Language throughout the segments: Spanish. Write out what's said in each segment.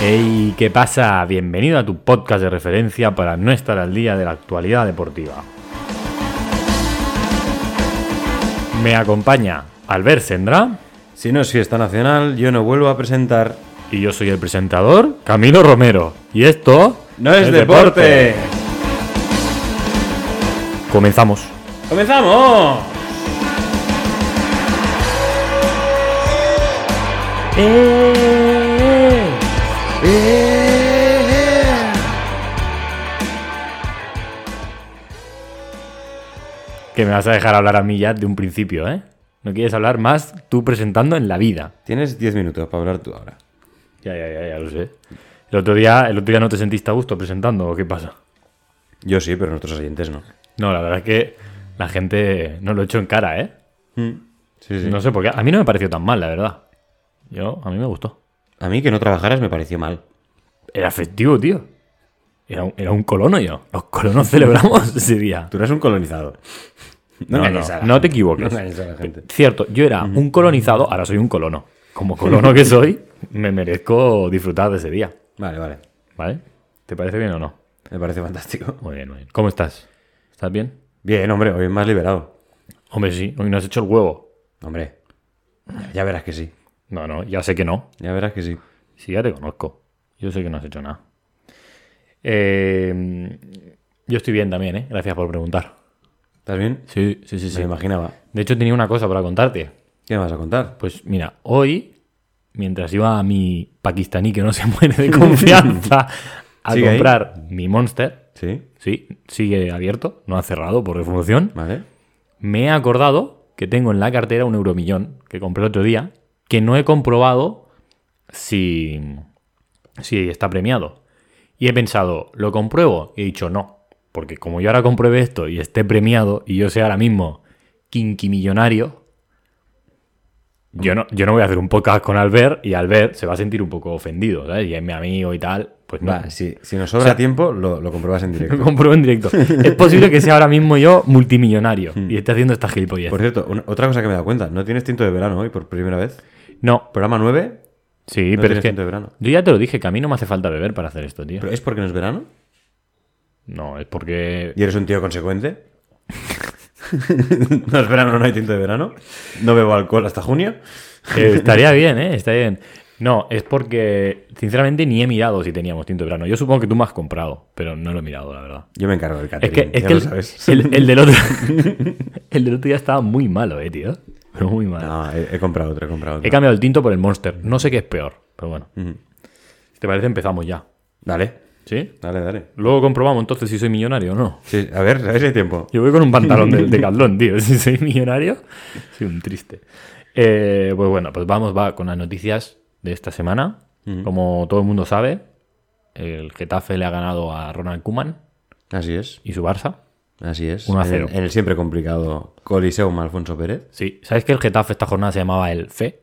Hey, ¿qué pasa? Bienvenido a tu podcast de referencia para no estar al día de la actualidad deportiva. Me acompaña Albert Sendra Si no es fiesta nacional, yo no vuelvo a presentar. y yo soy el presentador Camilo Romero. Y esto ¡No es deporte! Comenzamos. ¡Comenzamos! Eh, eh, Que me vas a dejar hablar a mí ya de un principio, ¿eh? No quieres hablar más tú presentando en la vida. Tienes 10 minutos para hablar tú ahora. Ya, ya, ya, ya lo sé. El otro día, el otro día no te sentiste a gusto presentando, ¿o qué pasa? Yo sí, pero nuestros oyentes no. No, la verdad es que la gente no lo echó en cara, ¿eh? Mm. Sí, sí. No sé por qué. A mí no me pareció tan mal, la verdad. Yo, a mí me gustó. A mí que no trabajaras me pareció mal. Era festivo, tío. Era un, era un colono yo. Los colonos celebramos ese día. Tú eres un colonizado. No, No, engañes no, a la no gente. te equivoques. No engañes a la gente. Cierto, yo era un colonizado, ahora soy un colono. Como colono que soy, me merezco disfrutar de ese día. Vale, vale. ¿Vale? ¿Te parece bien o no? Me parece fantástico. Muy bien, muy bien. ¿Cómo estás? ¿Estás bien? Bien, hombre, hoy más liberado. Hombre, sí, hoy no has hecho el huevo. Hombre, ya- ya verás que sí. No, no, ya sé que no. Ya verás que sí. Sí, ya te conozco. Yo sé que no has hecho nada. Eh, yo estoy bien también, ¿eh? Gracias por preguntar. ¿Estás bien? Sí, sí, sí, Me imaginaba. De hecho, tenía una cosa para contarte. ¿Qué me vas a contar? Pues mira, hoy, mientras iba a mi pakistaní que no se muere de confianza a ¿Sigue ahí? comprar mi Monster, Sí, sí, sigue abierto, no ha cerrado por defunción, vale. me he acordado que tengo en la cartera un euromillón que compré el otro día, que no he comprobado si, si está premiado. Y he pensado, ¿lo compruebo? Y he dicho no. Porque como yo ahora compruebe esto y esté premiado y yo sea ahora mismo quinquimillonario, yo no, yo no voy a hacer un podcast con Albert y Albert se va a sentir un poco ofendido, ¿sabes? Y es mi amigo y tal. Pues no, Va, si, si nos sobra tiempo, lo, lo compruebas en directo. lo compruebo en directo. es posible que sea ahora mismo yo multimillonario y esté haciendo esta gilipollas. Por cierto, una- otra cosa que me he dado cuenta, no tienes tinto de verano hoy por primera vez. No, Programa 9, Sí, No pero es tienes que tinto de verano. yo ya te lo dije que a mí no me hace falta beber para hacer esto, tío. pero ¿es porque no es verano? No, es porque ¿Y eres un tío consecuente? no es verano, no hay tinto de verano. No bebo alcohol hasta junio. Eh, estaría bien, eh, estaría bien. No, es porque sinceramente ni he mirado si teníamos tinto de verano. Yo supongo que tú me has comprado, pero no lo he mirado, la verdad. Yo me encargo del Es catering, que, es ya que lo el, sabes. el- el del otro el del otro día estaba muy malo, eh, tío. Pero muy malo. No, he, he comprado otro, he comprado otro. He cambiado el tinto por el Monster. No sé qué es peor, pero bueno. Si te parece empezamos ya, Dale, ¿sí? dale, dale. Luego comprobamos entonces si soy millonario o no. Sí, a ver, a ver si hay tiempo. Yo voy con un pantalón de, de Decathlon, tío. Si soy millonario, soy un triste. Eh, pues bueno, pues vamos va, con las noticias de esta semana. Como todo el mundo sabe, el Getafe le ha ganado a Ronald Kuman Así es, y su Barça. así es. 1 a En- 0. En, el siempre complicado Coliseum Alfonso Pérez. Sí, ¿sabes que el Getafe esta jornada se llamaba el FE?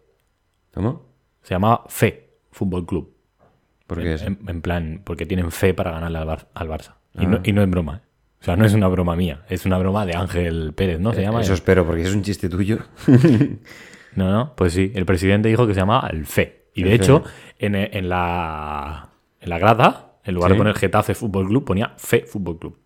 ¿Cómo? Se llamaba FE, Fútbol Club. Porque es... En, en plan, porque tienen fe para ganarle al, Bar- al Barça. Y, no, y no es broma. ¿eh? O sea, no es una broma mía. Es una broma de Ángel Pérez, ¿no? Se llama. Eh, Eso espero, porque es un chiste tuyo. No, no, pues sí, el presidente dijo que se llamaba el FE. Y de hecho, en, e- en la, en la grada, en lugar de Sí. poner Getafe Fútbol Club, ponía FE Fútbol Club.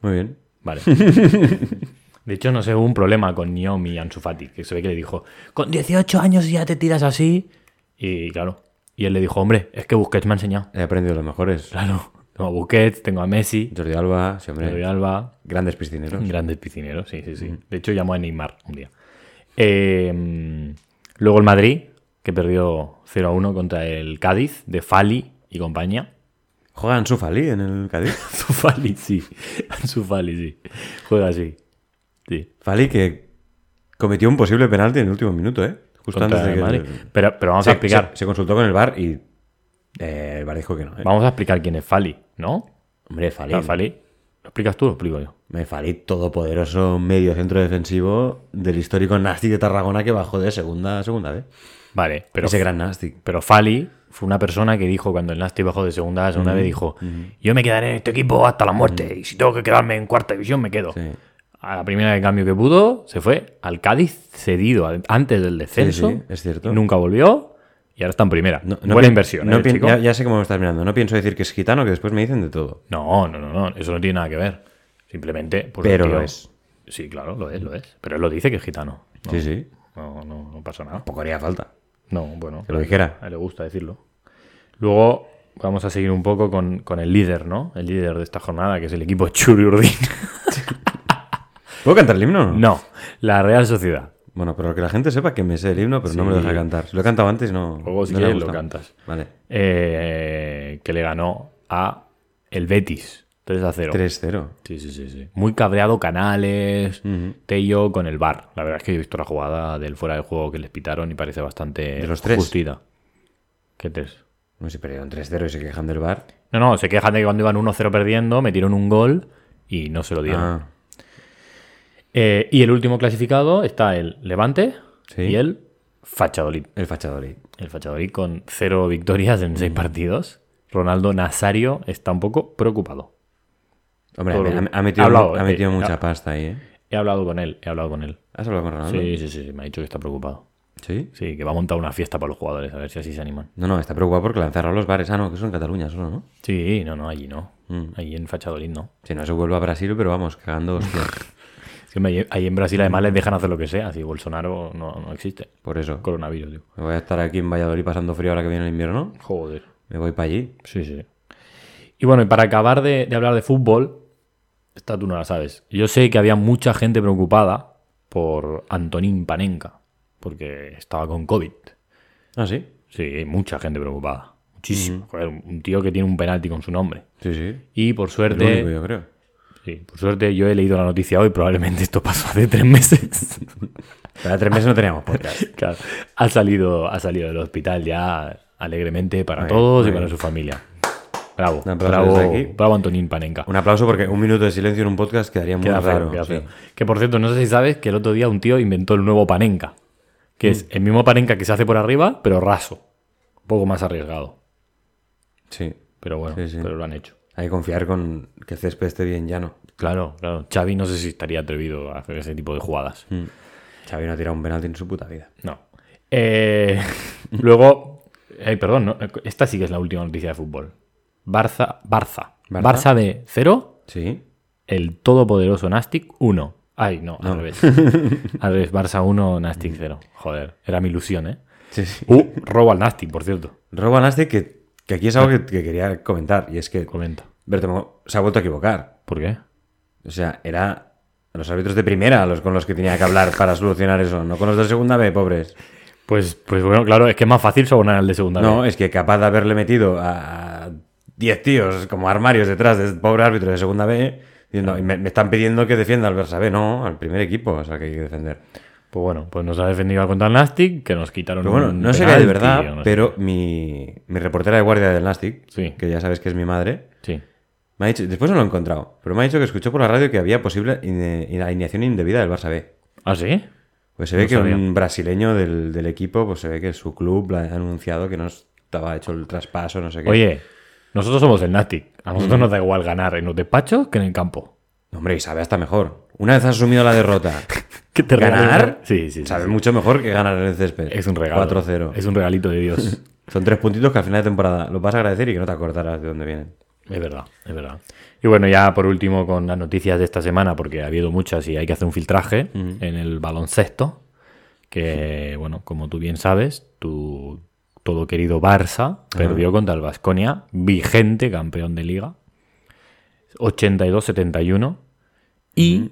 Muy bien. Vale. De hecho, no sé, hubo un problema con Naomi Ansu Fati, que se ve que le dijo, con 18 años ya te tiras así. Y claro, y él le dijo, hombre, es que Busquets me ha enseñado. He aprendido los mejores. Claro, tengo a Busquets, tengo a Messi, Jordi Alba, sí, hombre. Jordi Alba, Grandes piscineros. Grandes piscineros, sí, sí, sí. De hecho, llamó a Neymar un día. Eh, luego el Madrid, que perdió 0 a 1 contra el Cádiz de Fali y compañía. Juegan su Falí en el Cádiz. Su Fali, sí. Su Fali, sí. Juega así. Sí. Falí que cometió un posible penalti en el último minuto, ¿eh? Justo Contra antes de el que. Madrid. Pero, pero vamos Se, a explicar. se- se consultó con el bar y eh, el bar dijo que no. ¿eh? Vamos a explicar quién es Fali, ¿no? Hombre, Falí. Claro, Fali. ¿Lo explicas tú o lo explico yo? Me Falí, todopoderoso medio centro defensivo del histórico Nastic de Tarragona que bajó de segunda a segunda vez. Vale, pero Ese gran Nastic. Pero Fali fue una persona que dijo cuando el Nasty bajó de segunda a segunda vez, dijo, yo me quedaré en este equipo hasta la muerte y si tengo que quedarme en cuarta división me quedo. Sí. A la primera de cambio que pudo, se fue al Cádiz cedido al- antes del descenso. sí, es cierto. Nunca volvió y Y ahora está en primera. No- no Buena pi- inversión. no ¿eh, pi- chico? ya, ya sé cómo me estás mirando. No pienso decir que es gitano, que después me dicen de todo. No, no, no, no, eso no tiene nada que ver. Simplemente. pues, Pero el tío- lo es. Sí, claro, lo es, lo es. Pero él lo dice que es gitano. No, Sí, sí. no, no, no pasa nada. Poco haría falta. No, bueno. Que lo dijera. A él le gusta decirlo. Luego vamos a seguir un poco con, con el líder, ¿no? El líder de esta jornada, que es el equipo Churi Urdin. ¿Puedo cantar el himno? no, la Real Sociedad. Bueno, pero que la gente sepa que me sé el himno, pero no me lo deja cantar. Si lo he cantado antes, no. Luego, si no le ha quieres, lo gustado. cantas. Vale. eh, que le ganó a el Betis 3 a 0. 3-0. Sí, sí, sí, sí. Muy cabreado Canales, Tello con el bar. La verdad es que yo he visto la jugada del fuera de juego que les pitaron y parece bastante De los tres. justita. ¿Qué tres? No sé, perdieron 3-0 y se quejan del bar. No, no, se quejan de que cuando iban 1-0 perdiendo, metieron un gol y no se lo dieron. Ah, Eh, y el último clasificado está el Levante Sí. y el Fachadolid. el Fachadori. El Fachadolid con cero victorias en seis partidos. Ronaldo Nazario está un poco preocupado. Hombre, Todo lo ha, que- ha metido, ha hablado, ha metido eh, mucha ha- pasta ahí, ¿eh? He hablado con él, he hablado con él. ¿Has hablado con Ronaldo? Sí, sí, sí, sí, me ha dicho que está preocupado. ¿Sí? Sí, que va a montar una fiesta para los jugadores, a ver si así se animan. No, no, está preocupado porque lanzaron los bares. Ah, no, que eso en Cataluña solo, ¿no? Sí, no, no, allí no. Allí en Fachadolid no. Si no, se vuelve a Brasil, pero vamos, cagando hostias. Es que ahí- ahí en Brasil además les dejan hacer lo que sea, si Bolsonaro no, no existe. Por eso. Coronavirus, tío. Me voy a estar aquí en Valladolid pasando frío ahora que viene el invierno. Joder. Me voy para allí. Sí, sí. Y bueno, y para acabar de, de hablar de fútbol, esta tú no la sabes. Yo sé que había mucha gente preocupada por Antonín Panenka, porque estaba con COVID. Ah, sí. Sí, mucha gente preocupada. Muchísimo. Joder, un tío que tiene un penalti con su nombre. Sí, sí. Y por El suerte. único, yo creo. Sí, por suerte yo he leído la noticia hoy, probablemente esto pasó hace tres meses. Para tres meses no teníamos podcast. Claro, ha salido, ha salido del hospital ya alegremente para Muy bien, todos y muy para bien. su familia. Bravo, Un aplauso bravo, desde aquí. bravo Antonín Panenka. Un aplauso porque un minuto de silencio en un podcast quedaría muy Queda feo, raro. queda sí. feo. Que por cierto, no sé si sabes que el otro día un tío inventó el nuevo Panenka, que Mm. es el mismo Panenka que se hace por arriba, pero raso, un poco más arriesgado. Sí. Pero bueno, Sí, sí. pero lo han hecho. Hay que confiar con que el césped esté bien llano. Claro, claro. Xavi no sé si estaría atrevido a hacer ese tipo de jugadas. Mm. Xavi no ha tirado un penalti en su puta vida. No. Eh, luego, eh, perdón, ¿no? esta sí que es la última noticia de fútbol. Barça, Barça. Barça. Barça de 0, Sí. el todopoderoso Nastic 1. Ay, no, al revés. al revés, Barça 1, Nastic 0. Joder, era mi ilusión, ¿eh? Sí, sí. Uh, robo al Nastic, por cierto. Robo a Nasty, que, que aquí es algo que, que quería comentar. Y es que Comenta. Bertomeu se ha vuelto a equivocar. ¿Por qué? O sea, era a los árbitros de primera los con los que tenía que hablar para solucionar eso, no con los de segunda B, pobres. Pues, pues bueno, claro, es que es más fácil sobornar al de segunda No, eh. vez. es que capaz de haberle metido a 10 tíos como armarios detrás del pobre árbitro de segunda B, diciendo, me, me están pidiendo que defienda al Barça B, no, al primer equipo, o sea, que hay que defender. Pues bueno, pues nos ha defendido contra el Nastic, que nos quitaron Pero bueno, un no sé qué de penalti, verdad, o no sé pero mi, mi reportera de guardia del Nastic, Sí. que ya sabes que es mi madre, qué. Sí. me ha dicho, después no lo he encontrado, pero me ha dicho que escuchó por la radio que había posible ine- alineación indebida del Barça B. ¿Ah, sí? Pues se ve No que sabía. un brasileño del, del equipo, pues se ve que su club le ha anunciado que no estaba hecho el traspaso, no sé qué. Oye, nosotros somos el Nastic. A nosotros nos da igual ganar en los despachos que en el campo. No, Hombre, y sabe hasta mejor. Una vez has asumido la derrota, ¿Qué te ganar Sí, sí, sí, sabe sí. mucho mejor que ganar en el césped. Es un regalo. 4-0. Es un regalito de Dios. Son tres puntitos que al final de temporada los vas a agradecer y que no te acordarás de dónde vienen. es verdad, es verdad. Y bueno, ya por último con las noticias de esta semana, porque ha habido muchas y hay que hacer un filtraje en el baloncesto. Que, bueno, como tú bien sabes, tu todo querido Barça perdió contra el Vasconia, vigente campeón de liga, 82-71. Y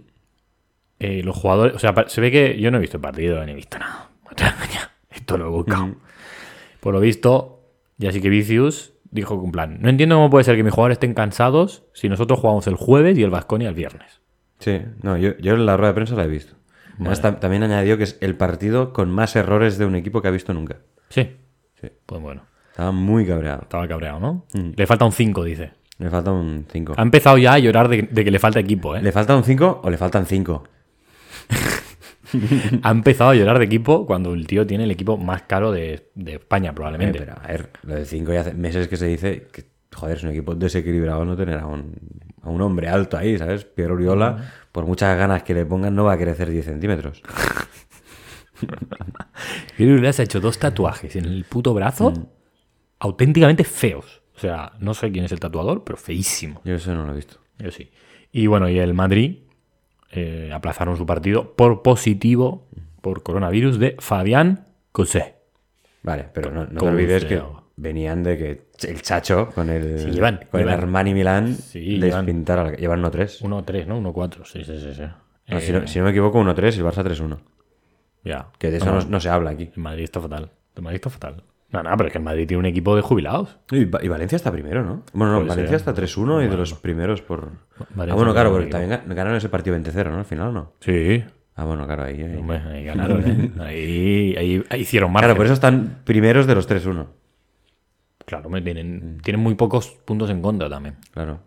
eh, los jugadores. O sea, pa- se ve que yo no he visto el partido, ni he visto nada. Esto lo he buscado. Mm. Por lo visto, ya sí que Vicius dijo que en plan: No entiendo cómo puede ser que mis jugadores estén cansados si nosotros jugamos el jueves y el Vasconia el viernes. Sí, no, yo, yo en la rueda de prensa la he visto. Además, tam- también añadió que es el partido con más errores de un equipo que ha visto nunca. Sí. Sí. Mm. Pues bueno, Estaba muy cabreado. estaba cabreado, ¿no? Le falta un 5, dice. Le falta un 5. Ha empezado ya a llorar de, de que le falta equipo, ¿eh? ¿Le falta un 5 o le faltan 5? Ha empezado a llorar de equipo cuando el tío tiene el equipo más caro de, de España, Eh, probablemente. pero a ver, lo de 5 ya hace meses que se dice que, joder, es un equipo desequilibrado no tener a un, a un hombre alto ahí, ¿sabes? Piero Oriola, por muchas ganas que le pongan, no va a crecer 10 centímetros. Piero Vilas se ha hecho dos tatuajes en el puto brazo Mm. auténticamente feos. O sea, no sé quién es el tatuador, pero feísimo. Yo eso no lo he visto. Yo sí. Y bueno, y el Madrid eh, aplazaron su partido por positivo por coronavirus de Fabián Cosé. Vale, pero no, no te Como olvides que feo. venían de que el chacho con el, Sí, llevan, con el llevan. Armani Milán Sí, les llevan. pintaron. al- Llevan 1-3. 1-3, ¿no? 1-4. Sí, sí, sí. sí. No, Eh, si, no, si no me equivoco, 1-3 y el Barça 3-1. ya. Que de eso no, no se habla aquí. El Madrid está fatal. El Madrid está fatal. No, no, pero es que el Madrid tiene un equipo de jubilados. Y, Va- y Valencia está primero, ¿no? Bueno, no, Puede Valencia ser. está 3-1 y de los primeros por. Valencia ah, bueno, claro, no porque me también ga- ganaron ese partido 20-0, ¿no? Al final, ¿o ¿no? Sí. Ah, bueno, claro, ahí. ahí. Hombre, ahí ganaron, ¿eh? Ahí, ahí- ahí hicieron margen. Claro, por eso están primeros de los 3-1. Claro, hombre, tienen, tienen muy pocos puntos en contra también. Claro.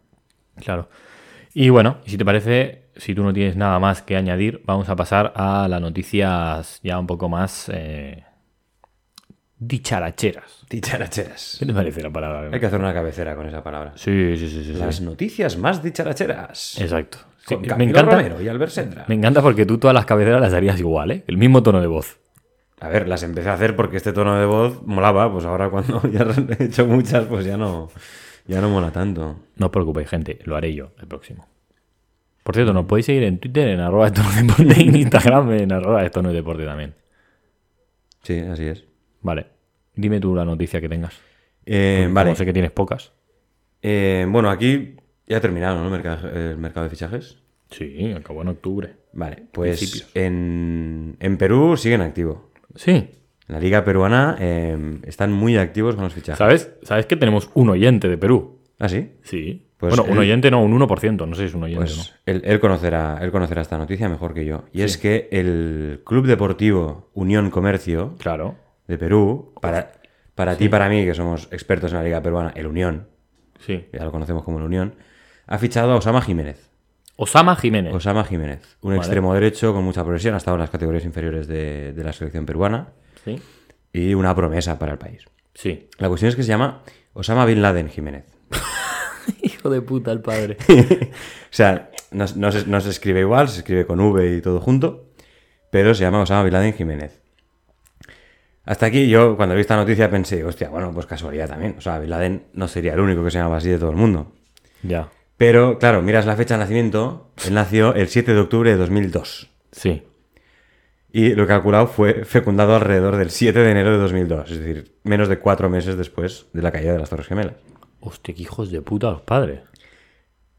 Claro. Y bueno, si te parece, si tú no tienes nada más que añadir, vamos a pasar a las noticias ya un poco más eh, dicharacheras. Dicharacheras. ¿Qué te parece la palabra? Hay que hacer una cabecera con esa palabra. Sí, sí, sí, sí. sí. Las noticias más dicharacheras. Exacto. Sí, Con me, Camilo encanta, Romero y Albert Sendra. me encanta porque tú todas las cabeceras las harías igual, ¿eh? El mismo tono de voz. A ver, las empecé a hacer porque este tono de voz molaba, pues ahora cuando ya he hecho muchas, pues ya no, ya no mola tanto. No os preocupéis, gente, lo haré yo el próximo. Por cierto, nos podéis seguir en Twitter, en arroba esto no es deporte, y en Instagram, en arroba esto no es deporte también. Sí, así es. Vale, dime tú la noticia que tengas. Eh, vale. Como sé que tienes pocas. Eh, bueno, aquí ya ha terminado ¿no? el, mercado, el mercado de fichajes. Sí, acabó en octubre. Vale, pues Principios. en, en Perú siguen activo. Sí. En la liga peruana eh, están muy activos con los fichajes. ¿Sabes? ¿Sabes que tenemos un oyente de Perú? ¿Ah, sí? Sí. Pues bueno, un el- oyente no, un 1%, no sé si es un oyente o no. Pues él, él conocerá, él conocerá esta noticia mejor que yo. Y es que el Club Deportivo Unión Comercio Claro. de Perú, para, para ti y para mí, que somos expertos en la Liga Peruana, el Unión, Sí. ya lo conocemos como el Unión, ha fichado a Osama Jiménez. Osama Jiménez. Eh, Osama Jiménez, un extremo derecho con mucha progresión, ha estado en las categorías inferiores de, de la selección peruana Sí. y una promesa para el país. Sí. La cuestión es que se llama Osama Bin Laden Jiménez. Hijo de puta el padre. O sea, no, no se, no se escribe igual, se escribe con V y todo junto, pero se llama Osama Bin Laden Jiménez. Hasta aquí yo, cuando vi esta noticia, pensé, hostia, bueno, pues casualidad también. O sea, Bin Laden no sería el único que se llamaba así de todo el mundo. ya. Pero, claro, miras la fecha de nacimiento, él nació el 7 de octubre de 2002. Sí. Y lo calculado fue fecundado alrededor del 7 de enero de 2002, es decir, menos de cuatro meses después de la caída de las Torres Gemelas. Hostia, qué hijos de puta los padres.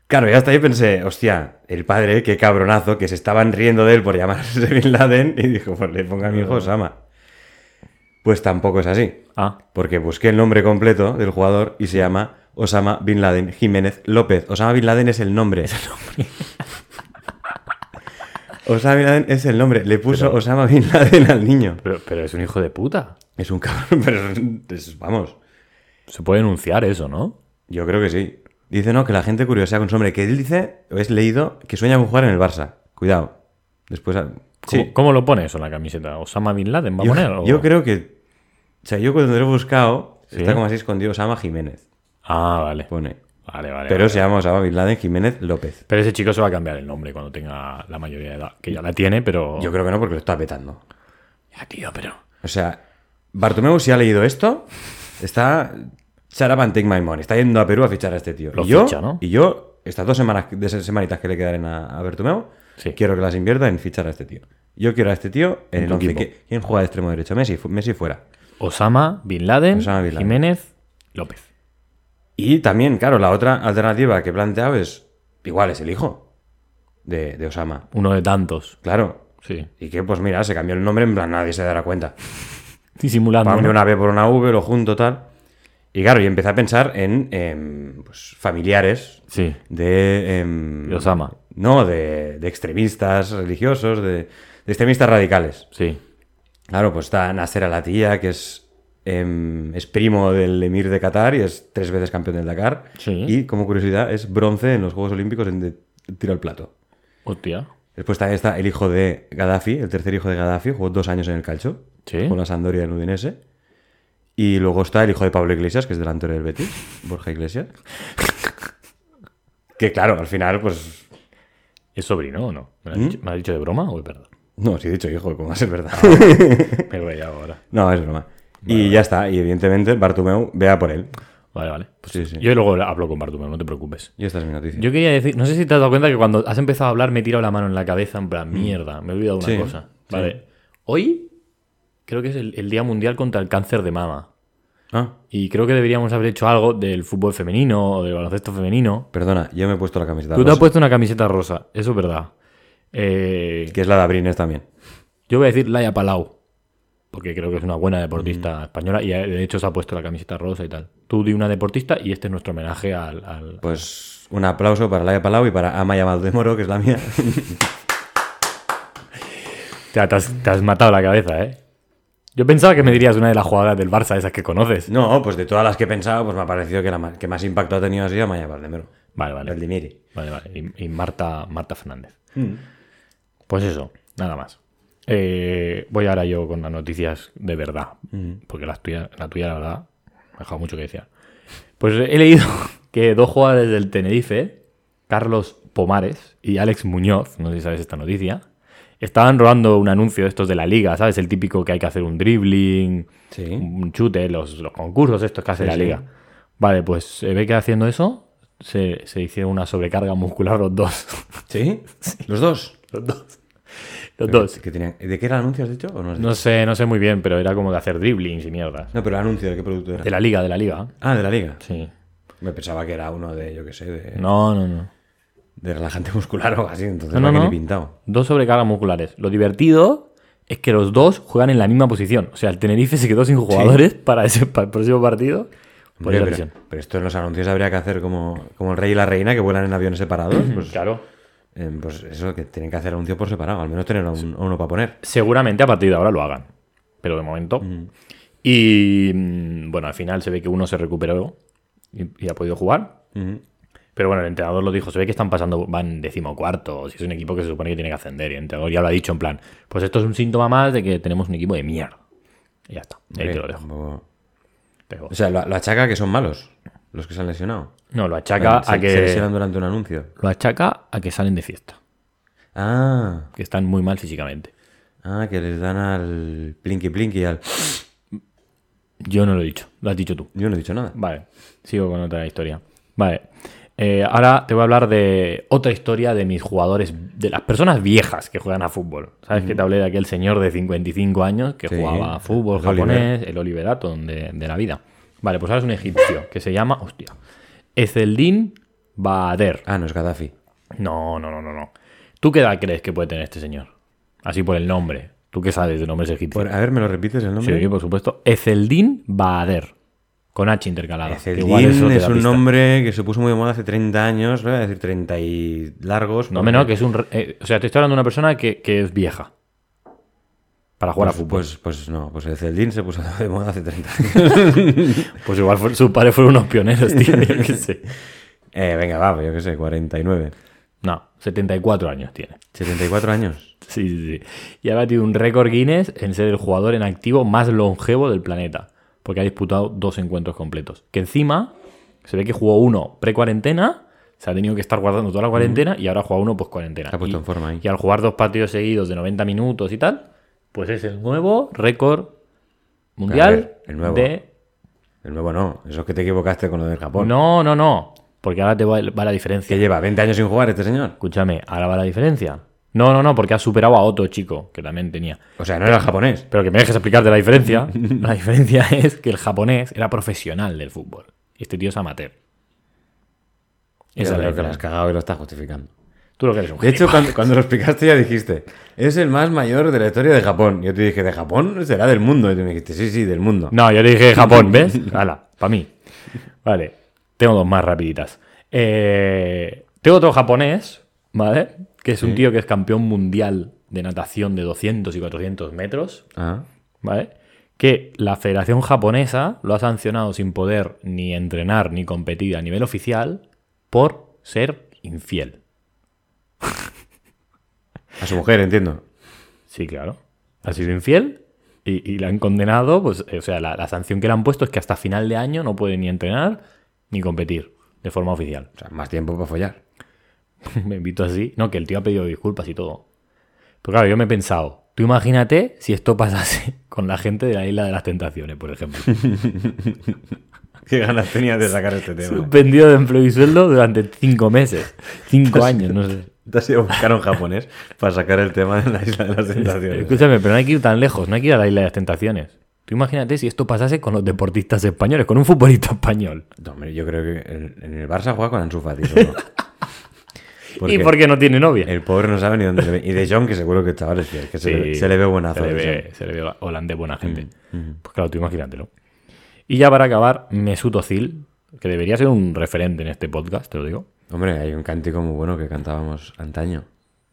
Claro, ya hasta ahí pensé, hostia, el padre, qué cabronazo, que se estaban riendo de él por llamarse Bin Laden y dijo, pues le ponga a mi hijo Osama. Pues tampoco es así, Ah, porque busqué el nombre completo del jugador y se llama Osama Bin Laden Jiménez López. Osama Bin Laden es el nombre. Osama Bin Laden es el nombre. Le puso Osama Bin Laden al niño. pero, pero es un hijo de puta. Es un cabrón, pero es un- es- vamos, Se puede denunciar eso, ¿no? yo creo que sí. Dice, no, que la gente curiosa con su hombre, que él dice, o es leído, que sueña con jugar en el Barça. Cuidado. Después... ah, a- ¿Cómo, Sí. cómo lo pone eso en la camiseta? ¿Osama Bin Laden va a Yo, poner? o- yo creo que... O sea, yo cuando lo he buscado, Sí. está como así escondido Osama Jiménez, Ah, vale. pone. Vale, vale. Pues, Pero se llama Osama Bin Laden Jiménez López. Pero ese chico se va a cambiar el nombre cuando tenga la mayoría de edad. Que ya la tiene, pero. Yo creo que no, porque lo está petando. Ya, tío, pero. O sea, Bartomeu si ha leído esto, está... Shut up and take my money. Está yendo a Perú a fichar a este tío. Lo y yo, ficha, ¿no? Y yo, estas dos semanas, de esas semanitas que le quedarán a, a Bartomeu, Sí. quiero que las invierta en fichar a este tío. Yo quiero a este tío En en el tu 11. equipo. que- ¿Quién juega de extremo derecho? Messi, fu- Messi fuera. Osama Bin Laden, Osama Bin Laden. Jiménez, López. Y también, claro, la otra alternativa que he planteado es, igual es el hijo de, de Osama. Uno de tantos. Claro. Sí. Y que, pues mira, se cambió el nombre, en plan, nadie se dará cuenta. Disimulando. Cambio ¿no? una B por una V, lo junto, tal. Y claro, y empecé a pensar en em, pues, familiares Sí. de... em, De Osama. No, de, de extremistas religiosos, de, de extremistas radicales. Sí. Claro, pues está Nasser Al-Attiyah, que es, em, es primo del emir de Qatar y es tres veces campeón del Dakar. Sí. Y, como curiosidad, es bronce en los Juegos Olímpicos en de- tiro al plato. Hostia. Después también está el hijo de Gaddafi, el tercer hijo de Gaddafi, jugó dos años en el calcio Sí. con la Sampdoria y el Udinese. Y luego está el hijo de Pablo Iglesias, que es delantero del Betis, Borja Iglesias. que claro, al pues, final, pues ¿Mm? ¿Es sobrino o no? ¿Me lo has, dicho, me lo has dicho de broma o es verdad? No, si he dicho hijo, ¿cómo va a ser verdad? Me lo he hallado ahora. no, es broma. Y ya está. Y evidentemente Bartumeu vea por él. Vale, vale. Pues Sí, sí. Yo luego hablo con Bartumeo, no te preocupes. Y esta es mi noticia. Yo quería decir, no sé si te has dado cuenta que cuando has empezado a hablar me he tirado la mano en la cabeza en plan, mierda, me he olvidado una Mm. Sí, cosa. Vale. Hoy creo que es el, el Día Mundial contra el Cáncer de Mama. Ah, Y creo que deberíamos haber hecho algo del fútbol femenino o del baloncesto femenino. perdona, yo me he puesto la camiseta. Tú te rosa, has puesto una camiseta rosa, eso es verdad. Eh, Que es la de Abrines también. yo voy a decir Laia Palau, porque creo que es una buena deportista española y eh, de hecho se ha puesto la camiseta rosa y tal. Tú di una deportista y este es nuestro homenaje al- al, Pues un aplauso para Laia Palau y para Amaya Maldemoro, que es la mía. Te te has, te has matado la cabeza, ¿eh? Yo pensaba que me dirías una de las jugadas del Barça, esas que conoces. no, pues de todas las que he pensado, pues me ha parecido que la ma- que más impacto ha tenido ha sido Amaya Maldemoro. Vale, vale. Valdemiri. Vale, vale. Y, y Marta, Marta Fernández. Pues eso, nada más. Eh, voy ahora yo con las noticias de verdad. Mm. Porque las tuya, la tuya, la verdad, me ha dejado mucho que decir. Pues he leído que dos jugadores del Tenerife, Carlos Pomares y Alex Muñoz, no sé si sabes esta noticia, estaban robando un anuncio de estos de la liga, ¿sabes? El típico que hay que hacer un dribbling, Sí. un chute, los, los concursos estos que hace Sí, la sí. liga. Vale, pues se ve que haciendo eso se, se hicieron una sobrecarga muscular los dos. ¿Sí? ¿Los dos? los dos. Los dos. Que tenían- ¿De qué era el anuncio, has dicho? ¿O no, has dicho? No sé, no sé muy bien, pero era como de hacer driblings y mierdas. No, pero el anuncio, ¿de qué producto era? De la liga, de la liga. Ah, de la liga. Sí. Me pensaba que era uno de, yo qué sé, de, No, no, no. de relajante muscular o algo así, entonces No, no, no, ni no. pintado. Dos sobrecargas musculares. Lo divertido es que los dos juegan en la misma posición. O sea, el Tenerife se quedó sin jugadores para, ese, para el próximo partido. Por Hombre, esa pero, lesión. pero esto en los anuncios habría que hacer como, como el rey y la reina que vuelan en aviones separados. Pues, Claro. eh, pues eso, que tienen que hacer anuncio por separado, al menos tener a un- a uno para poner. Seguramente a partir de ahora lo hagan. Pero de momento. Y mm, bueno, al final se ve que uno se recuperó y, y ha podido jugar. Ujú. Pero bueno, el entrenador lo dijo, se ve que están pasando, van decimocuarto, si es un equipo que se supone que tiene que ascender. Y el entrenador ya lo ha dicho en plan, pues esto es un síntoma más de que tenemos un equipo de mierda. Y ya está, y ahí Hombre, te lo dejo. tampoco- Te dejo. O sea, lo, lo achaca que son malos los que se han lesionado. No, lo achaca Se- a Se que. lesionan durante un anuncio. Lo achaca a que salen de fiesta. Ah, Que están muy mal físicamente. ah, que les dan al plinky plinky al... Yo no lo he dicho, lo has dicho tú. Yo no he dicho nada. Vale, sigo con otra historia. Vale. eh, ahora te voy a hablar de otra historia de mis jugadores, de las personas viejas que juegan a fútbol. ¿Sabes que te hablé de aquel señor de 55 años que Mm. Sí, jugaba a fútbol el Oliver. japonés, el Oliverato de, de la vida? Vale, pues ahora es un egipcio que se llama, hostia, Ezeldin Bader. Ah, no, es Gaddafi. No, no, no, no, no. ¿Tú qué edad crees que puede tener este señor? Así por el nombre. ¿Tú qué sabes de nombres egipcios? Por- a ver, ¿me lo repites el nombre? Sí, por supuesto. Ezeldin Bader. Con H intercalada. Ezeldin Igual eso te es da un pistas. nombre que se puso muy de moda hace 30 años, no voy a decir 30 y largos. No, porque- menos que es un. re- eh, o sea, te estoy hablando de una persona que, que es vieja. Para jugar a Pues, pues, pues no, pues el Celdín se puso de moda hace 30 años. fútbol. Pues igual fue- sus padres fueron unos pioneros, tío. yo qué sé. Eh, venga, va, yo qué sé, 49. No, 74 años tiene. 74 años. Sí, sí, sí. Y ha batido un récord Guinness en ser el jugador en activo más longevo del planeta. Porque ha disputado dos encuentros completos. Que encima se ve que jugó uno pre-cuarentena. Se ha tenido que estar guardando toda la cuarentena y ahora juega uno post-cuarentena. Se ha puesto Y- en forma ahí. Y al jugar dos partidos seguidos de 90 minutos y tal, pues es el nuevo récord mundial A ver, el nuevo. de... El nuevo no, eso es que te equivocaste con lo del Japón. No, no, no. Porque ahora te va, va la Que diferencia. lleva 20 años sin jugar este señor. Escúchame, ahora va la diferencia. No, no, no, porque ha superado a otro chico que también tenía. O sea, no era japonés. Pero que me dejes explicarte la diferencia. La diferencia es que el japonés era profesional del fútbol. Y este tío es amateur. Esa Yo es la creo que lo has diferencia. cagado y lo estás justificando. Tú lo que eres un De genio. hecho, cuando, cuando lo explicaste ya dijiste, es el más mayor de la historia de Japón. Yo te dije, ¿de Japón? Será del mundo. Y tú me dijiste, sí, sí, del mundo. No, yo le dije Japón, ¿ves? Hala, para mí. Vale, tengo dos más rapiditas. Eh, tengo otro japonés, ¿vale? Que es un tío que es campeón mundial de natación de 200 y 400 metros, Ah. ¿vale? Que la Federación Japonesa lo ha sancionado sin poder ni entrenar ni competir a nivel oficial por ser infiel. A su mujer, entiendo. Sí, claro. Ha sido infiel y, y la han condenado, pues, eh, o sea, la, la sanción que le han puesto es que hasta final de año no puede ni entrenar ni competir de forma oficial. O sea, más tiempo para follar. Me invito así. No, que el tío ha pedido disculpas y todo. Pero claro, yo me he pensado, tú imagínate si esto pasase con la gente de la Isla de las Tentaciones, por ejemplo. Qué ganas tenías de sacar este tema. Suspendido de empleo y sueldo durante cinco meses, cinco años, no sé. Te has ido a buscar a un japonés para sacar el tema de la isla de las tentaciones. Escúchame, pero no hay que ir tan lejos, no hay que ir a la Isla de las Tentaciones. Tú imagínate si esto pasase con los deportistas españoles, con un futbolista español. No, hombre, yo creo que el- en el Barça juega con Ansu Fati solo. ¿Y por qué no tiene novia? El pobre no sabe ni dónde le ve. Y de Jong, que seguro que chaval es fiel, que se, Sí. le, se le ve buenazo. ¿eh? Mm, Se le de ve, se le ve holandés buena gente. Pues claro, tú imagínatelo. Y ya para acabar, Mesut Özil, que debería ser un referente en este podcast, te lo digo. Jong. Hombre, hay un cántico muy bueno que cantábamos antaño.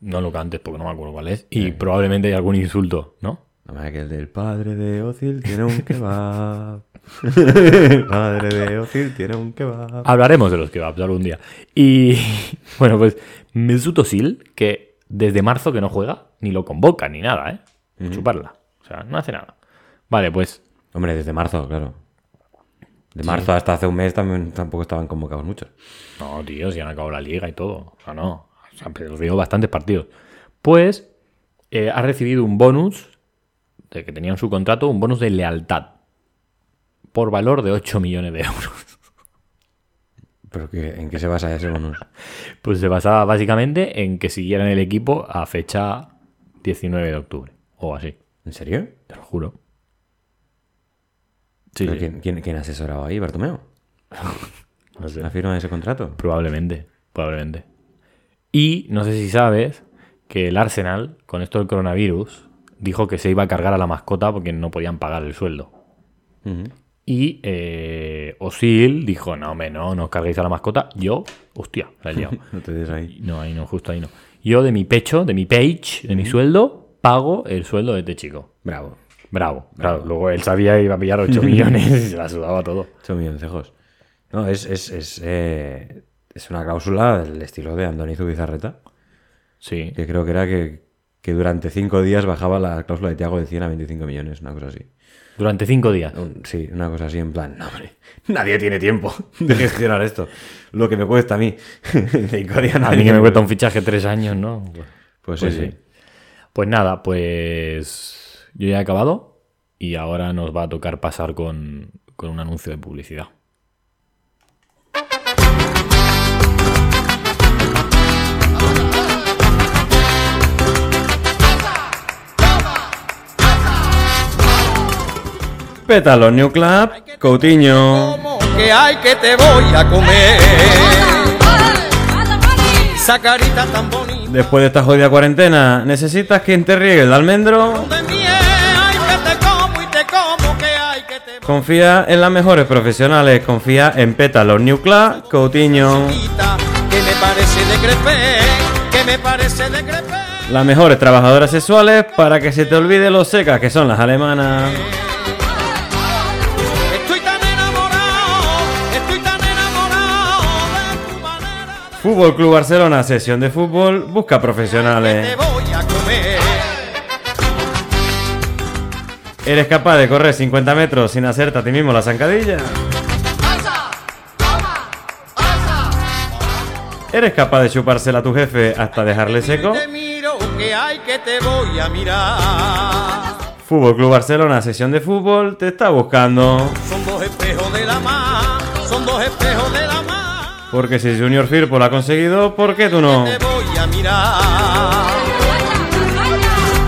No lo cantes porque no me acuerdo cuál es. Y Eh. probablemente hay algún insulto, ¿no? Nada más que el del padre de Ozil tiene un kebab. padre de Ozil tiene un kebab. Hablaremos de los kebabs algún día. Y bueno, pues Mesut Özil, que desde marzo que no juega, ni lo convoca, ni nada, ¿eh? Mm. Chuparla. O sea, no hace nada. Vale, pues Hombre, desde marzo, claro. De marzo hasta hace un mes también, tampoco estaban convocados muchos. No, tío, si han acabado la liga y todo. O sea, no. O sea, han perdido bastantes partidos. Pues eh, ha recibido un bonus, de que tenían su contrato, un bonus de lealtad. Por valor de 8 millones de euros. ¿Pero qué- en qué se basa ese bonus? Pues se basaba básicamente en que siguieran el equipo a fecha 19 de octubre. O así, ¿En serio? te lo juro. Sí, ¿Pero sí, ¿Quién, quién, quién asesoraba ahí? ¿Bartomeo? no sé. ¿La firma de ese contrato? Probablemente, probablemente. Y no sé si sabes que el Arsenal, con esto del coronavirus, dijo que se iba a cargar a la mascota porque no podían pagar el sueldo. Ujú. Y eh, Osil dijo, no, hombre, no, no os carguéis a la mascota. Yo, hostia, la he liado. No te des ahí. no, ahí no, justo ahí no. Yo de mi pecho, de mi page, de mi sueldo, pago el sueldo de este chico. Bravo. Bravo, claro. Luego él sabía que iba a pillar 8 millones y se la sudaba todo. Son milloncejos. No, es, es, es, eh, es una cláusula del estilo de Andoni Zubizarreta, Sí, que creo que era que, que durante cinco días bajaba la cláusula de Tiago de 100 a 25 millones, una cosa así. durante 5 días. Un- sí, una cosa así en plan, no, hombre, nadie tiene tiempo de gestionar esto. Lo que me cuesta a mí. cinco días A nadie mí que me tiene- cuesta un fichaje tres años, ¿no? Pues, Pues sí, sí. sí. Pues nada, pues yo ya he acabado y ahora nos va a tocar pasar con, con un anuncio de publicidad. Pétalo New Club, Coutinho. que hay que te voy a comer. Esa carita tan bonita Después de esta jodida cuarentena, ¿necesitas quien te riegue el almendro? de miel, ay que te como y te como, que hay que te Confía en las mejores profesionales, confía en Pétalo New Club, Coutinho. bonita, que me parece de crepe, que me parece de crepe. Las mejores trabajadoras sexuales para que se te olvide lo secas que son las alemanas. Estoy tan enamorado, estoy tan enamorado de tu manera de Fútbol Club Barcelona, sesión de fútbol, busca que te profesionales. voy a comer. ¿Eres capaz de correr 50 metros sin hacerte a ti mismo la zancadilla? ¿Eres capaz de chupársela a tu jefe hasta dejarle seco? Te miro que hay que te voy a mirar. Fútbol Club Barcelona, sesión de fútbol, te está buscando. Son dos espejos de la mar, son dos espejos de la mar. Porque si Junior Firpo lo ha conseguido, ¿por qué tú no? Te voy a mirar.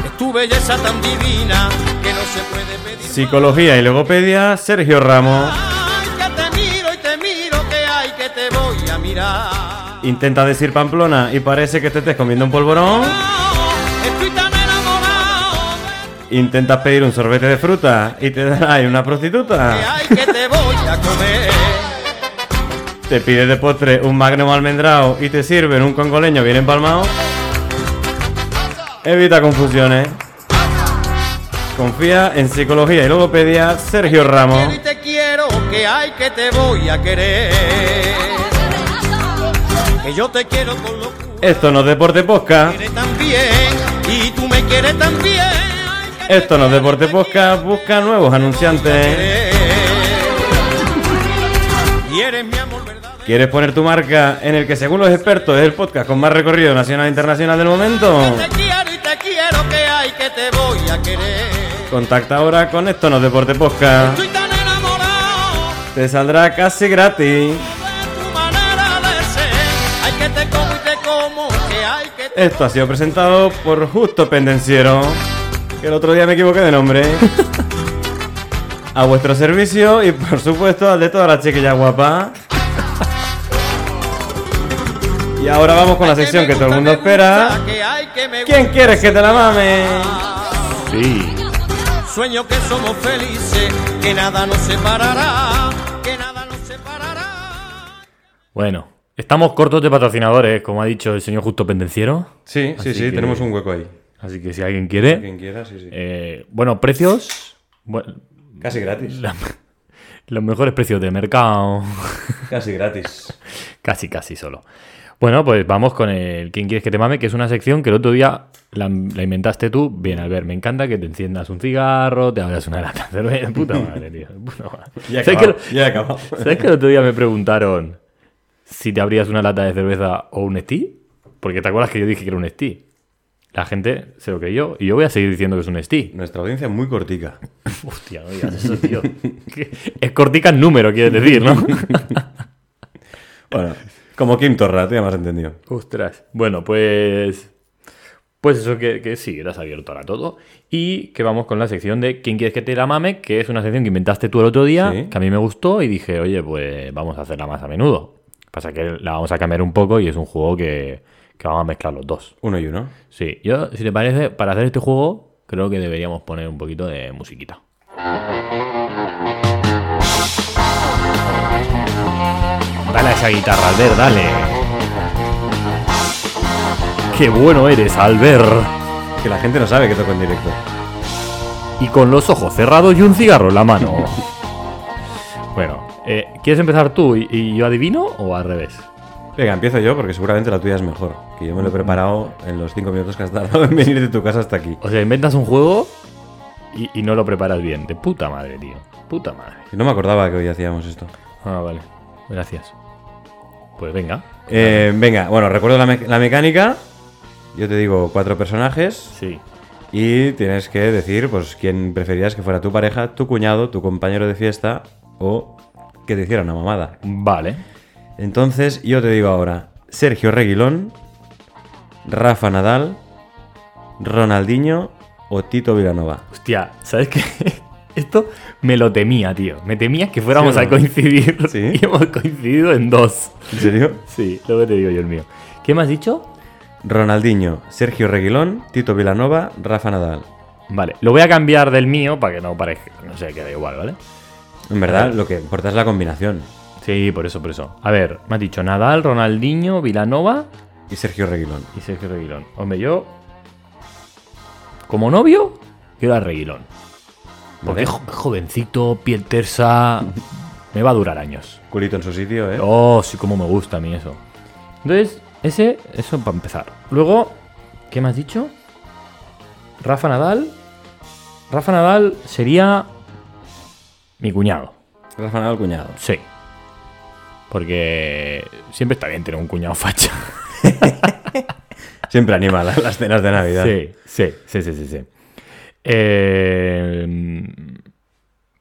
Es tu belleza tan divina que no se puede pedir. Psicología y logopedia, Sergio Ramos. Ay, que te miro y te miro que hay que te voy a mirar. Intenta decir Pamplona y parece que te estés comiendo un polvorón. Estoy tan enamorado de Intentas pedir un sorbete de fruta y te da ahí una que prostituta. hay que te voy a comer. Te pides de postre un magnum almendrado y te sirven un congoleño bien empalmado. Evita confusiones. Confía en psicología y logopedia Sergio Quiero y Ramos. te quiero que hay que te voy a querer. Que yo te quiero con locura. Esto no es deporte posca. quieres también y tú me quieres también. Ay, que te Esto no es quiero, deporte te posca. Busca nuevos anunciantes. eh. quiero. Y eres mi amor verdadero. ¿Quieres poner tu marca en el que según los expertos es el podcast con más recorrido nacional e internacional del momento? Te quiero y te te quiero, que hay que te voy a querer. Contacta ahora con Esto no es Deporte Posca. Estoy tan enamorado Te saldrá casi gratis. de tu manera de ser. Hay que te como y te como, que hay que te... Esto ha sido presentado por Justo Pendenciero, que el otro día me equivoqué de nombre. A vuestro servicio y por supuesto al de toda la chiquilla guapa. Y ahora vamos con la sección que todo el mundo espera. Que hay que me ¿Quién quieres que te la mame? Sí. Sueño que somos felices, que nada nos separará, que nada nos separará. Bueno, estamos cortos de patrocinadores, como ha dicho el señor Justo Pendenciero. Sí, sí, Así sí, que- tenemos un hueco ahí. Así que si alguien quiere. Quien quiera, sí, sí. eh, bueno, precios. bueno, Casi gratis. la- los mejores precios de mercado. Casi gratis. Casi, casi solo. Bueno, pues vamos con el ¿Quién quieres que te mame? Que es una sección que el otro día la, la inventaste tú. Bien, Albert, me encanta que te enciendas un cigarro, te abras una lata de cerveza. Puta madre, tío. Puta madre. Ya he ¿Sabes, que acabado. Ya he acabado. lo- sabes que el otro día me preguntaron si te abrías una lata de cerveza o un Steve? Porque te acuerdas que yo dije que era un Steve. La gente se lo creyó y yo voy a seguir diciendo que es un Steve. Nuestra audiencia es muy cortica. Hostia, no digas eso, tío. Que- Es cortica el número, quieres decir, ¿no? Bueno, como Kim Torra, tú ya me has entendido. Ostras. Bueno, pues. Pues eso que, que sí, eras abierto ahora todo. Y que vamos con la sección de ¿Quién quieres que te la mame? Que es una sección que inventaste tú el otro día, Sí. que a mí me gustó y dije, oye, pues vamos a hacerla más a menudo. Pasa que la vamos a cambiar un poco y es un juego que, que vamos a mezclar los dos. Uno y uno. Sí, yo, si te parece, para hacer este juego, creo que deberíamos poner un poquito de musiquita. Dale a esa guitarra, Albert, dale. Qué bueno eres, Albert. Que la gente no sabe que toco en directo. Y con los ojos cerrados y un cigarro en la mano. bueno, eh, ¿quieres empezar tú y, y yo adivino o al revés? Venga, empiezo yo porque seguramente la tuya es mejor. Que yo me lo he preparado en los cinco minutos que has tardado en venir de tu casa hasta aquí. O sea, inventas un juego y, y no lo preparas bien. De puta madre, tío. Puta madre. Que No me acordaba que hoy hacíamos esto. Ah, vale. Gracias. Pues venga. Eh, venga, bueno, recuerdo la, me- la mecánica. Yo te digo cuatro personajes Sí. y tienes que decir pues quién preferías que fuera tu pareja, tu cuñado, tu compañero de fiesta o que te hiciera una mamada. Vale. Entonces yo te digo ahora, Sergio Reguilón, Rafa Nadal, Ronaldinho o Tito Vilanova. Hostia, ¿sabes qué? Esto me lo temía, tío. Me temía que fuéramos ¿Sí o a no? coincidir. Sí. Y hemos coincidido en dos. ¿En serio? Sí, lo que te digo yo el mío. ¿Qué me has dicho? Ronaldinho, Sergio Reguilón, Tito Vilanova, Rafa Nadal. Vale, lo voy a cambiar del mío para que no parezca. No sé, quede igual, ¿vale? En verdad, lo que importa es la combinación. Sí, por eso, por eso. A ver, me has dicho Nadal, Ronaldinho, Vilanova Y Sergio Reguilón. y Sergio Reguilón. Hombre, yo. Como novio, quiero a Reguilón. Porque es jo- jovencito, piel tersa. Me va a durar años. Culito en su sitio, ¿eh? Oh, sí, como me gusta a mí eso. Entonces, ese, eso para empezar. Luego, ¿qué me has dicho? Rafa Nadal. Rafa Nadal sería mi cuñado. Rafa Nadal, cuñado. Sí. Porque siempre está bien tener un cuñado facha. Siempre anima la- las cenas de Navidad. Sí, sí, sí, sí, sí. sí. Eh,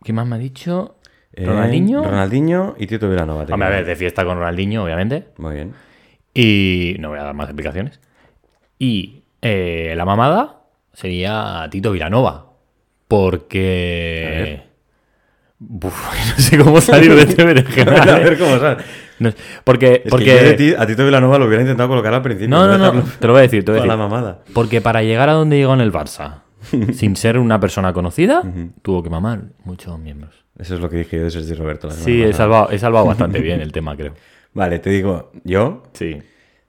¿Qué más me ha dicho? Eh, ¿Ronaldinho? Ronaldinho y Tito Vilanova. te Hombre, a quedan. ver, eh, de fiesta con Ronaldinho, obviamente. Muy bien. Y no voy a dar más explicaciones. Y eh, la mamada sería Tito Vilanova. Porque. Uf, no sé cómo salir de este berenjenal, a ver ¿eh? cómo sale. No sé, porque. Es porque... que yo de ti- a Tito Vilanova lo hubiera intentado colocar al principio. no, no, no. dejarlo Te lo voy a decir, te lo toda voy a la decir. mamada. Porque para llegar a donde llegó en el Barça, sin ser una persona conocida, tuvo que mamar muchos miembros. Eso es lo que dije yo de Sergio Roberto. la Sí, semana he pasada. salvado, he salvado bastante bien el tema, creo. Vale, te digo, yo Sí.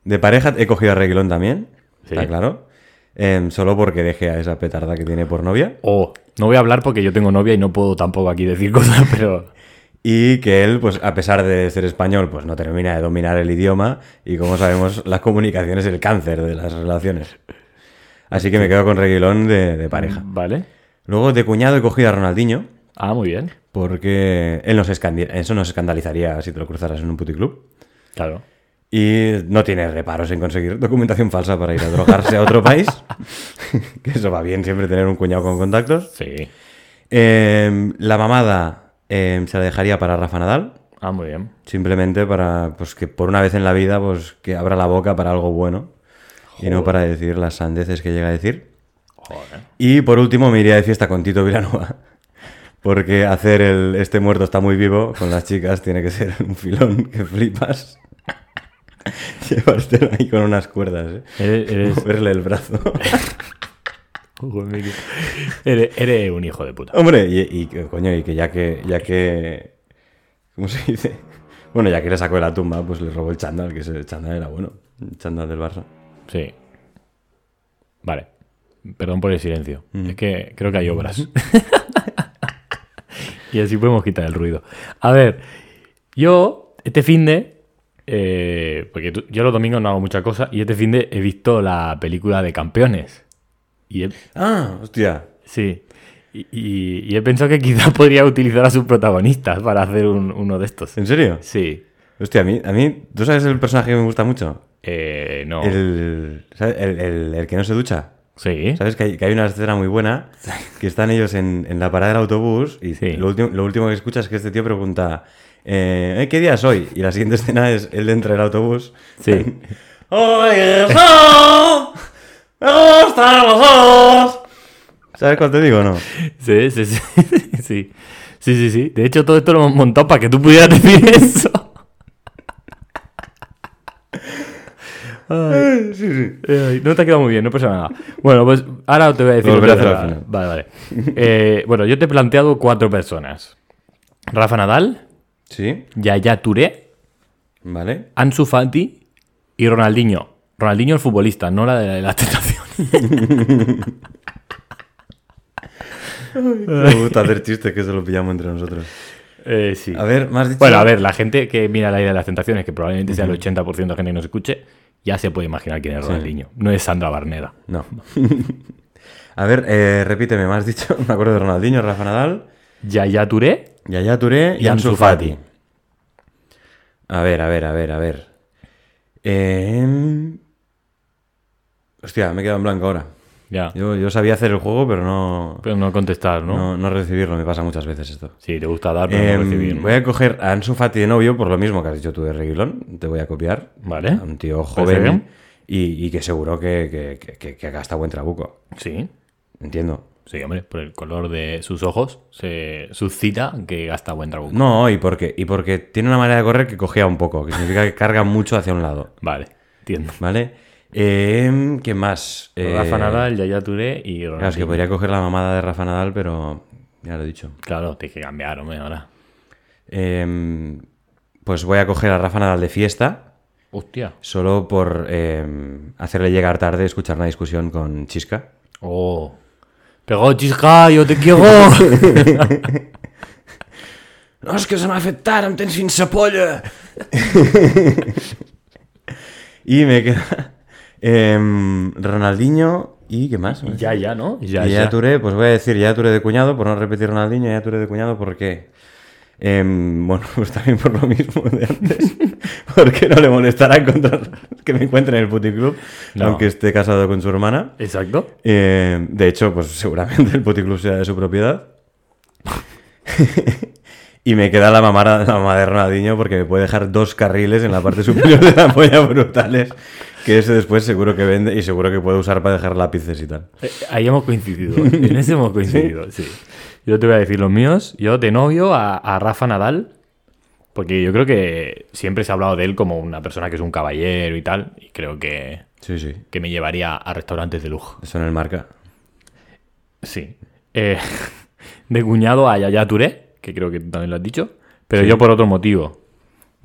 de pareja he cogido a Reguilón también. Sí. Está claro. Em, solo porque dejé a esa petarda que tiene por novia. O, no voy a hablar porque yo tengo novia y no puedo tampoco aquí decir cosas, pero. Y que él, pues a pesar de ser español, pues no termina de dominar el idioma y como sabemos, la comunicación es el cáncer de las relaciones. Así que me quedo con Reguilón de, de pareja. Vale. Luego de cuñado he cogido a Ronaldinho Ah, muy bien. porque él nos escandi- eso nos escandalizaría si te lo cruzaras en un puticlub. Claro. Y no tiene reparos en conseguir documentación falsa para ir a drogarse a otro país. que eso va bien siempre tener un cuñado con contactos. Sí. Eh, la mamada eh, se la dejaría para Rafa Nadal. Ah, muy bien. Simplemente para pues, que por una vez en la vida pues, que abra la boca para algo bueno. Y no para decir las sandeces que llega a decir. Joder. Y por último me iría de fiesta con Tito Vilanova. Porque hacer el este muerto está muy vivo con las chicas tiene que ser un filón que flipas. Llevártelo ahí con unas cuerdas, ¿eh? Eres, eres- Moverle el brazo. eres- eres un hijo de puta. Hombre, y, y que, coño, y que ya que. ya que. ¿Cómo se dice? Bueno, ya que le sacó de la tumba, pues le robó el chándal, que ese chándal era bueno. El chándal del Barça. Sí. Vale. Perdón por el silencio. Mm. Es que creo que hay obras. y así podemos quitar el ruido. A ver, yo este fin de... eh, porque tú- yo los domingos no hago mucha cosa y este fin de he visto la película de campeones. Y he- Ah, hostia. sí. Y, y- y he pensado que quizás podría utilizar a sus protagonistas para hacer un- uno de estos. ¿En serio? Sí. Hostia, a mí, a mí. ¿Tú sabes el personaje que me gusta mucho? Eh, no. El, ¿sabes? el, el- el que no se ducha. Sí. ¿Sabes? Que hay, que hay una escena muy buena que están ellos en, en la parada del autobús y Sí. lo, último, lo último que escuchas es que este tío pregunta eh, "Eh, ¿qué día es hoy? Y la siguiente escena es él dentro del autobús. Sí. ¡Hoy es hoy! ¡Me gustan los ojos! ¿Sabes cuál te digo o no? Sí, sí, sí, sí. Sí, sí, sí. De hecho, todo esto lo hemos montado para que tú pudieras decir eso. Ay, Ay, no te ha quedado muy bien, no pasa nada. Bueno, pues ahora te voy a decir... Volveré a otra- hacer al final. Vale, vale. Eh, bueno, yo te he planteado cuatro personas. Rafa Nadal, Sí, Yaya Touré, vale. Ansu Fati y Ronaldinho. Ronaldinho el futbolista, no la de la tentación. Me gusta hacer chistes que se lo pillamos entre nosotros. Eh, sí. A ver, más dicho. Bueno, a ver, la gente que mira la idea de las tentaciones, que probablemente sea el 80% de la gente que nos escuche, ya se puede imaginar quién es Ronaldinho. No es Sandra Barneda. No. A ver, eh, repíteme, me has dicho. Me acuerdo de Ronaldinho, Rafa Nadal. Yaya Touré, Yaya Touré y, Y Ansu Ansu Fati. Fati. A ver, a ver, a ver, a ver. Em, Hostia, me he quedado en blanco ahora. ya. Yo, yo sabía hacer el juego, pero no, Pero no contestar, ¿no? no, no recibirlo. Me pasa muchas veces esto. Sí, te gusta dar, pero no Em, recibir. ¿no? Voy a coger a Ansu Fati de novio por lo mismo que has dicho tú de Reguilón. Te voy a copiar. Vale. A Un tío Parece joven bien. y, y que seguro que, que, que- que- que gasta buen trabuco. Sí. Entiendo. Sí, hombre, por el color de sus ojos se suscita que gasta buen trabajo. No, y porque, y porque tiene una manera de correr que cogea un poco, que significa que carga mucho hacia un lado. Vale, entiendo. ¿Vale? Eh, ¿Qué más? Eh, Rafa Nadal, Yaya Touré y Ronaldinho. Claro, es que podría coger la mamada de Rafa Nadal, pero ya lo he dicho. Claro, tienes que cambiar, hombre, ahora. Eh, pues voy a coger a Rafa Nadal de fiesta, Hostia. solo por eh, hacerle llegar tarde, escuchar una discusión con Chisca. Oh. Pegó chisca, yo te quiero. No, és que se m'ha fet tard, em tens fins a polla. y me queda em, Ronaldinho y ¿qué más? ya, ya, ¿no? Ya, y ya Touré, pues voy a decir ya Touré de cuñado, por no repetir Ronaldinho, ya Touré de cuñado, porque... em, bueno, pues también por lo mismo de antes. Porque no le molestará encontrar que me encuentre en el puticlub, No. aunque esté casado con su hermana. Exacto. Em, de hecho, pues seguramente el puticlub sea de su propiedad. y me queda la mamada, la mamada de Ronaldinho porque me puede dejar dos carriles en la parte superior de la polla brutales. Que ese después seguro que vende y seguro que puede usar para dejar lápices y tal. Eh, Ahí hemos coincidido. ¿eh? En ese hemos coincidido, sí. Yo te voy a decir los míos. Yo de novio a, a Rafa Nadal, porque yo creo que siempre se ha hablado de él como una persona que es un caballero y tal, y creo que, Sí, sí. que me llevaría a restaurantes de lujo. Eso en el marca. Sí. Eh, de cuñado a Yaya Touré, que creo que tú también lo has dicho, pero yo por otro motivo.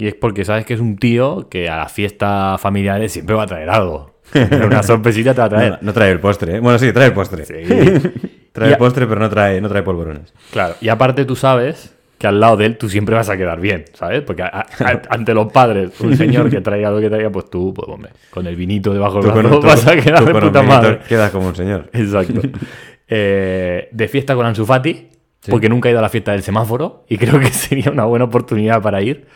Y es porque sabes que es un tío que a las fiestas familiares siempre va a traer algo. Pero una sorpresita te va a traer. No, no trae el postre, ¿eh? Bueno, sí, trae el postre. Trae Y el a- postre, pero no trae, no trae polvorones. Claro, y aparte tú sabes que al lado de él tú siempre vas a quedar bien, ¿sabes? Porque a- a- ante los padres, un señor que traiga lo que traiga, pues tú, pues hombre, con el vinito debajo del brazo tú- vas a quedar tú de con puta Omnito madre. Quedas como un señor. Exacto. Eh, de fiesta con Ansu Fati, porque nunca he ido a la fiesta del semáforo y creo que sería una buena oportunidad para ir.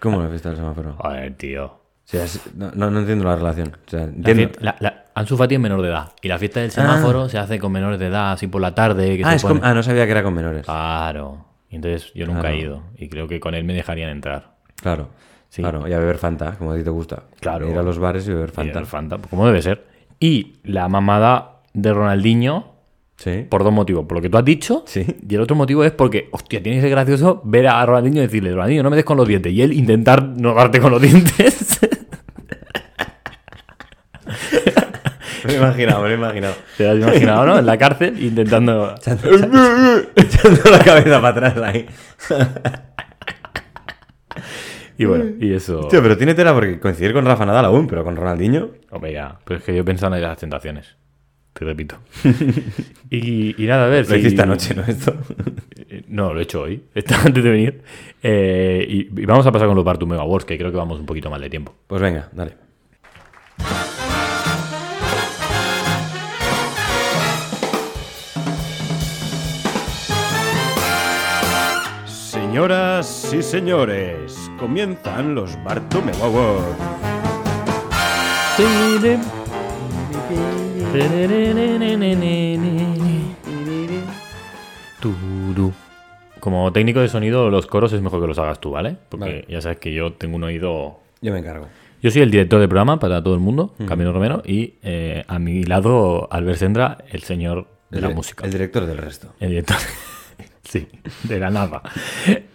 ¿Cómo la fiesta del semáforo? Joder, tío. O sea, es- no, no- no entiendo la relación. O sea, entiendo- fiesta- la- la- Ansu Fati es menor de edad. Y la fiesta del semáforo se hace con menores de edad, así por la tarde. Que Ah, se es con- pone- ah, no sabía que era con menores. Claro. Y entonces yo nunca Claro. he ido. Y creo que con él me dejarían entrar. Claro. Sí. Claro, y a beber Fanta, como a ti te gusta. Claro. Ir a los bares y beber Y Fanta. el Fanta, pues, como debe ser. Y la mamada de Ronaldinho, Sí. por dos motivos. Por lo que tú has dicho. Sí. Y el otro motivo es porque, hostia, tiene que ser gracioso ver a Ronaldinho y decirle, Ronaldinho, no me des con los dientes. Y él intentar no darte con los dientes. Me lo he imaginado, me lo he imaginado. Te lo has imaginado, ¿no? En la cárcel intentando... Echando la cabeza para atrás ahí. Y bueno, y eso... Hostia, pero tiene tela porque coincidir con Rafa Nadal aún, pero con Ronaldinho. Hombre, ya. Pero es que yo pensaba en las tentaciones. Te repito. y, y nada, a ver... Lo si- hiciste anoche, ¿no? Esto. Eh, No, lo he hecho hoy, está antes de venir. Eh, y, y vamos a pasar con los Bartu Awards, que creo que vamos un poquito mal de tiempo. Pues venga, dale. Señoras y señores, comienzan los Bartomeu Awards. Turú. Como técnico de sonido, los coros es mejor que los hagas tú, ¿vale? Porque Vale. ya sabes que yo tengo un oído. Yo me encargo. Yo soy el director de programa para todo el mundo, Camilo Romero, y eh, a mi lado, Albert Sendra, el señor de El la di- música. El director del resto. El director. sí, de la nada.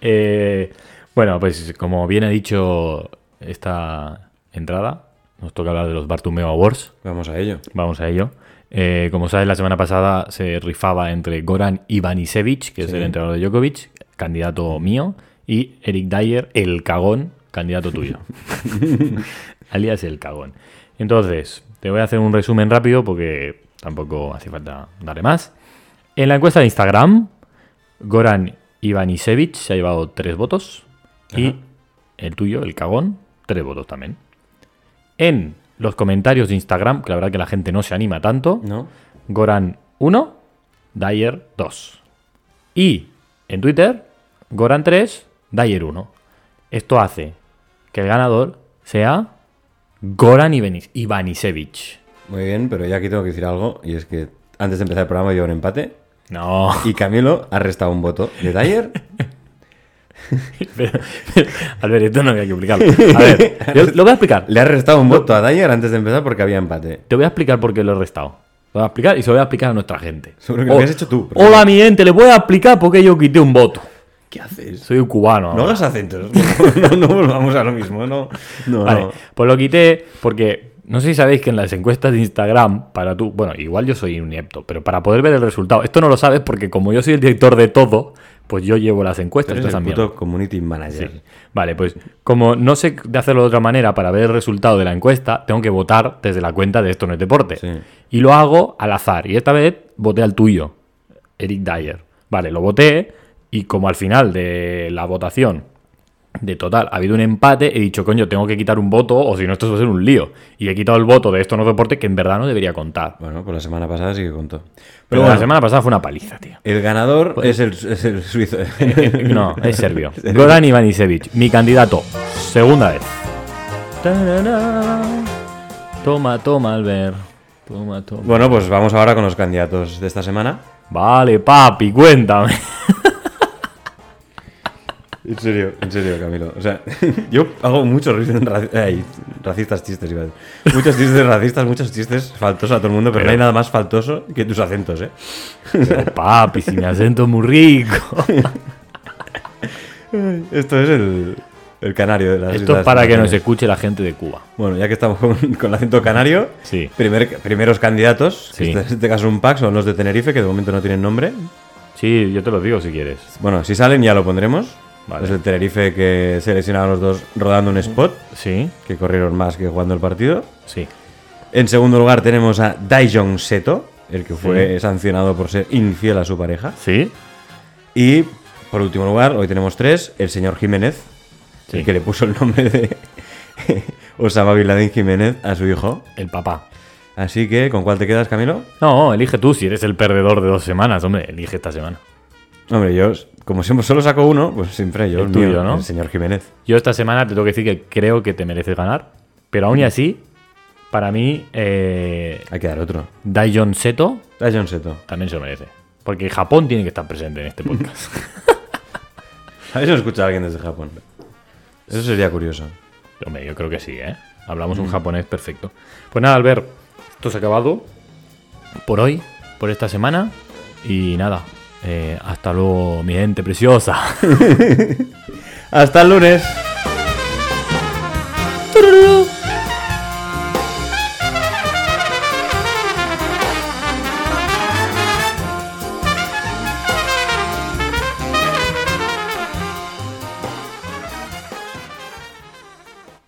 Eh, bueno, pues como bien ha dicho esta entrada, nos toca hablar de los Bartumeo Awards. Vamos a ello. Vamos a ello. Eh, como sabes, la semana pasada se rifaba entre Goran Ivanisevic, que es Sí. el entrenador de Djokovic, candidato mío, y Eric Dyer, el cagón, candidato tuyo. Alias el cagón. Entonces, te voy a hacer un resumen rápido porque tampoco hace falta darle más. En la encuesta de Instagram, Goran Ivanisevic se ha llevado tres votos y el tuyo, el cagón, tres votos también en los comentarios de Instagram, que la verdad que la gente no se anima tanto. ¿No? Goran 1, Dyer 2. Y en Twitter, Goran 3, Dyer 1. Esto hace que el ganador sea Goran Ivani- Ivanisevic. Muy bien, pero ya aquí tengo que decir algo, y es que antes de empezar el programa llevo un empate. No, Y Camilo ha restado un voto de Dyer. pero- pero- Albert, esto no había que explicarlo. A ver, yo lo voy a explicar. Le ha restado un voto a Dyer antes de empezar porque había empate. Te voy a explicar por qué lo he restado. Lo voy a explicar y se lo voy a explicar a nuestra gente. Seguro que lo habías hecho tú, pero- Hola, mi gente, les voy a explicar por qué yo quité un voto. ¿Qué haces? Soy un cubano. No ahora. hagas acentos. No, no, no volvamos a lo mismo. No, no. Vale, no. pues lo quité porque no sé si sabéis que en las encuestas de Instagram, para tú, bueno, igual yo soy un inepto, pero para poder ver el resultado, esto no lo sabes porque como yo soy el director de todo, pues yo llevo las Tú encuestas. eres toda esa el mierda. puto community manager. Sí. Vale, pues como no sé de hacerlo de otra manera para ver el resultado de la encuesta, tengo que votar desde la cuenta de Esto no es deporte. Sí. Y lo hago al azar. Y esta vez voté al tuyo, Eric Dyer. Vale, lo voté y como al final de la votación de total ha habido un empate, he dicho, coño, tengo que quitar un voto o si no esto va a ser un lío. Y he quitado el voto de Esto no es deporte que en verdad no debería contar. Pero, Bueno, pues la semana pasada sí que contó. Pero, la bueno, Pues- semana pasada fue una paliza, tío. el ganador es, el, es el suizo. eh, No, es serbio. Goran Ivanisevic, mi candidato. Segunda vez. Tarará. Toma, toma, Albert. Toma, toma. Bueno, pues vamos ahora con los candidatos de esta semana. Vale, papi, cuéntame. En serio, en serio, Camilo. O sea, yo hago muchos raci- raci- ay, racistas chistes, iba a decir. Muchos chistes racistas, muchos chistes faltosos a todo el mundo, pero, no hay nada más faltoso que tus acentos, ¿eh? Pero, papi, si mi acento es muy rico. Esto es el, el canario de las Esto Islas es para que nos Canarias. escuche la gente de Cuba. Bueno, ya que estamos con, con el acento canario, Sí. primer- primeros candidatos, que Sí. este- en este caso un pack, son los de Tenerife, que de momento no tienen nombre. Sí, yo te lo digo si quieres. Bueno, si salen ya lo pondremos. Vale. Es el Tenerife que se lesionaron los dos rodando un spot, Sí, que corrieron más que jugando el partido. sí. En segundo lugar tenemos a Daijong Seto, el que fue sancionado por ser infiel a su pareja. Sí, Y por último lugar, hoy tenemos tres, el señor Jiménez, Sí. el que le puso el nombre de Osama Bin Laden Jiménez a su hijo. el papá. Así que, ¿con cuál te quedas, Camilo? No, elige tú si eres el perdedor de dos semanas. Hombre, elige esta semana. Hombre, yo, como siempre solo saco uno, pues siempre yo, El el, mío, tuyo, ¿no? el señor Jiménez. Yo esta semana te tengo que decir que creo que te mereces ganar. Pero aún y así, para mí, eh, Hay que dar otro. Daijon Seto A John Seto. también se lo merece. Porque Japón tiene que estar presente en este podcast. ¿Habéis escuchado a alguien desde Japón? Eso sería curioso. Hombre, yo creo que sí, ¿eh? Hablamos Mm. un japonés perfecto. Pues nada, Albert, esto se ha acabado por hoy, por esta semana. Y nada, eh, hasta luego, mi gente preciosa. ¡Hasta el lunes!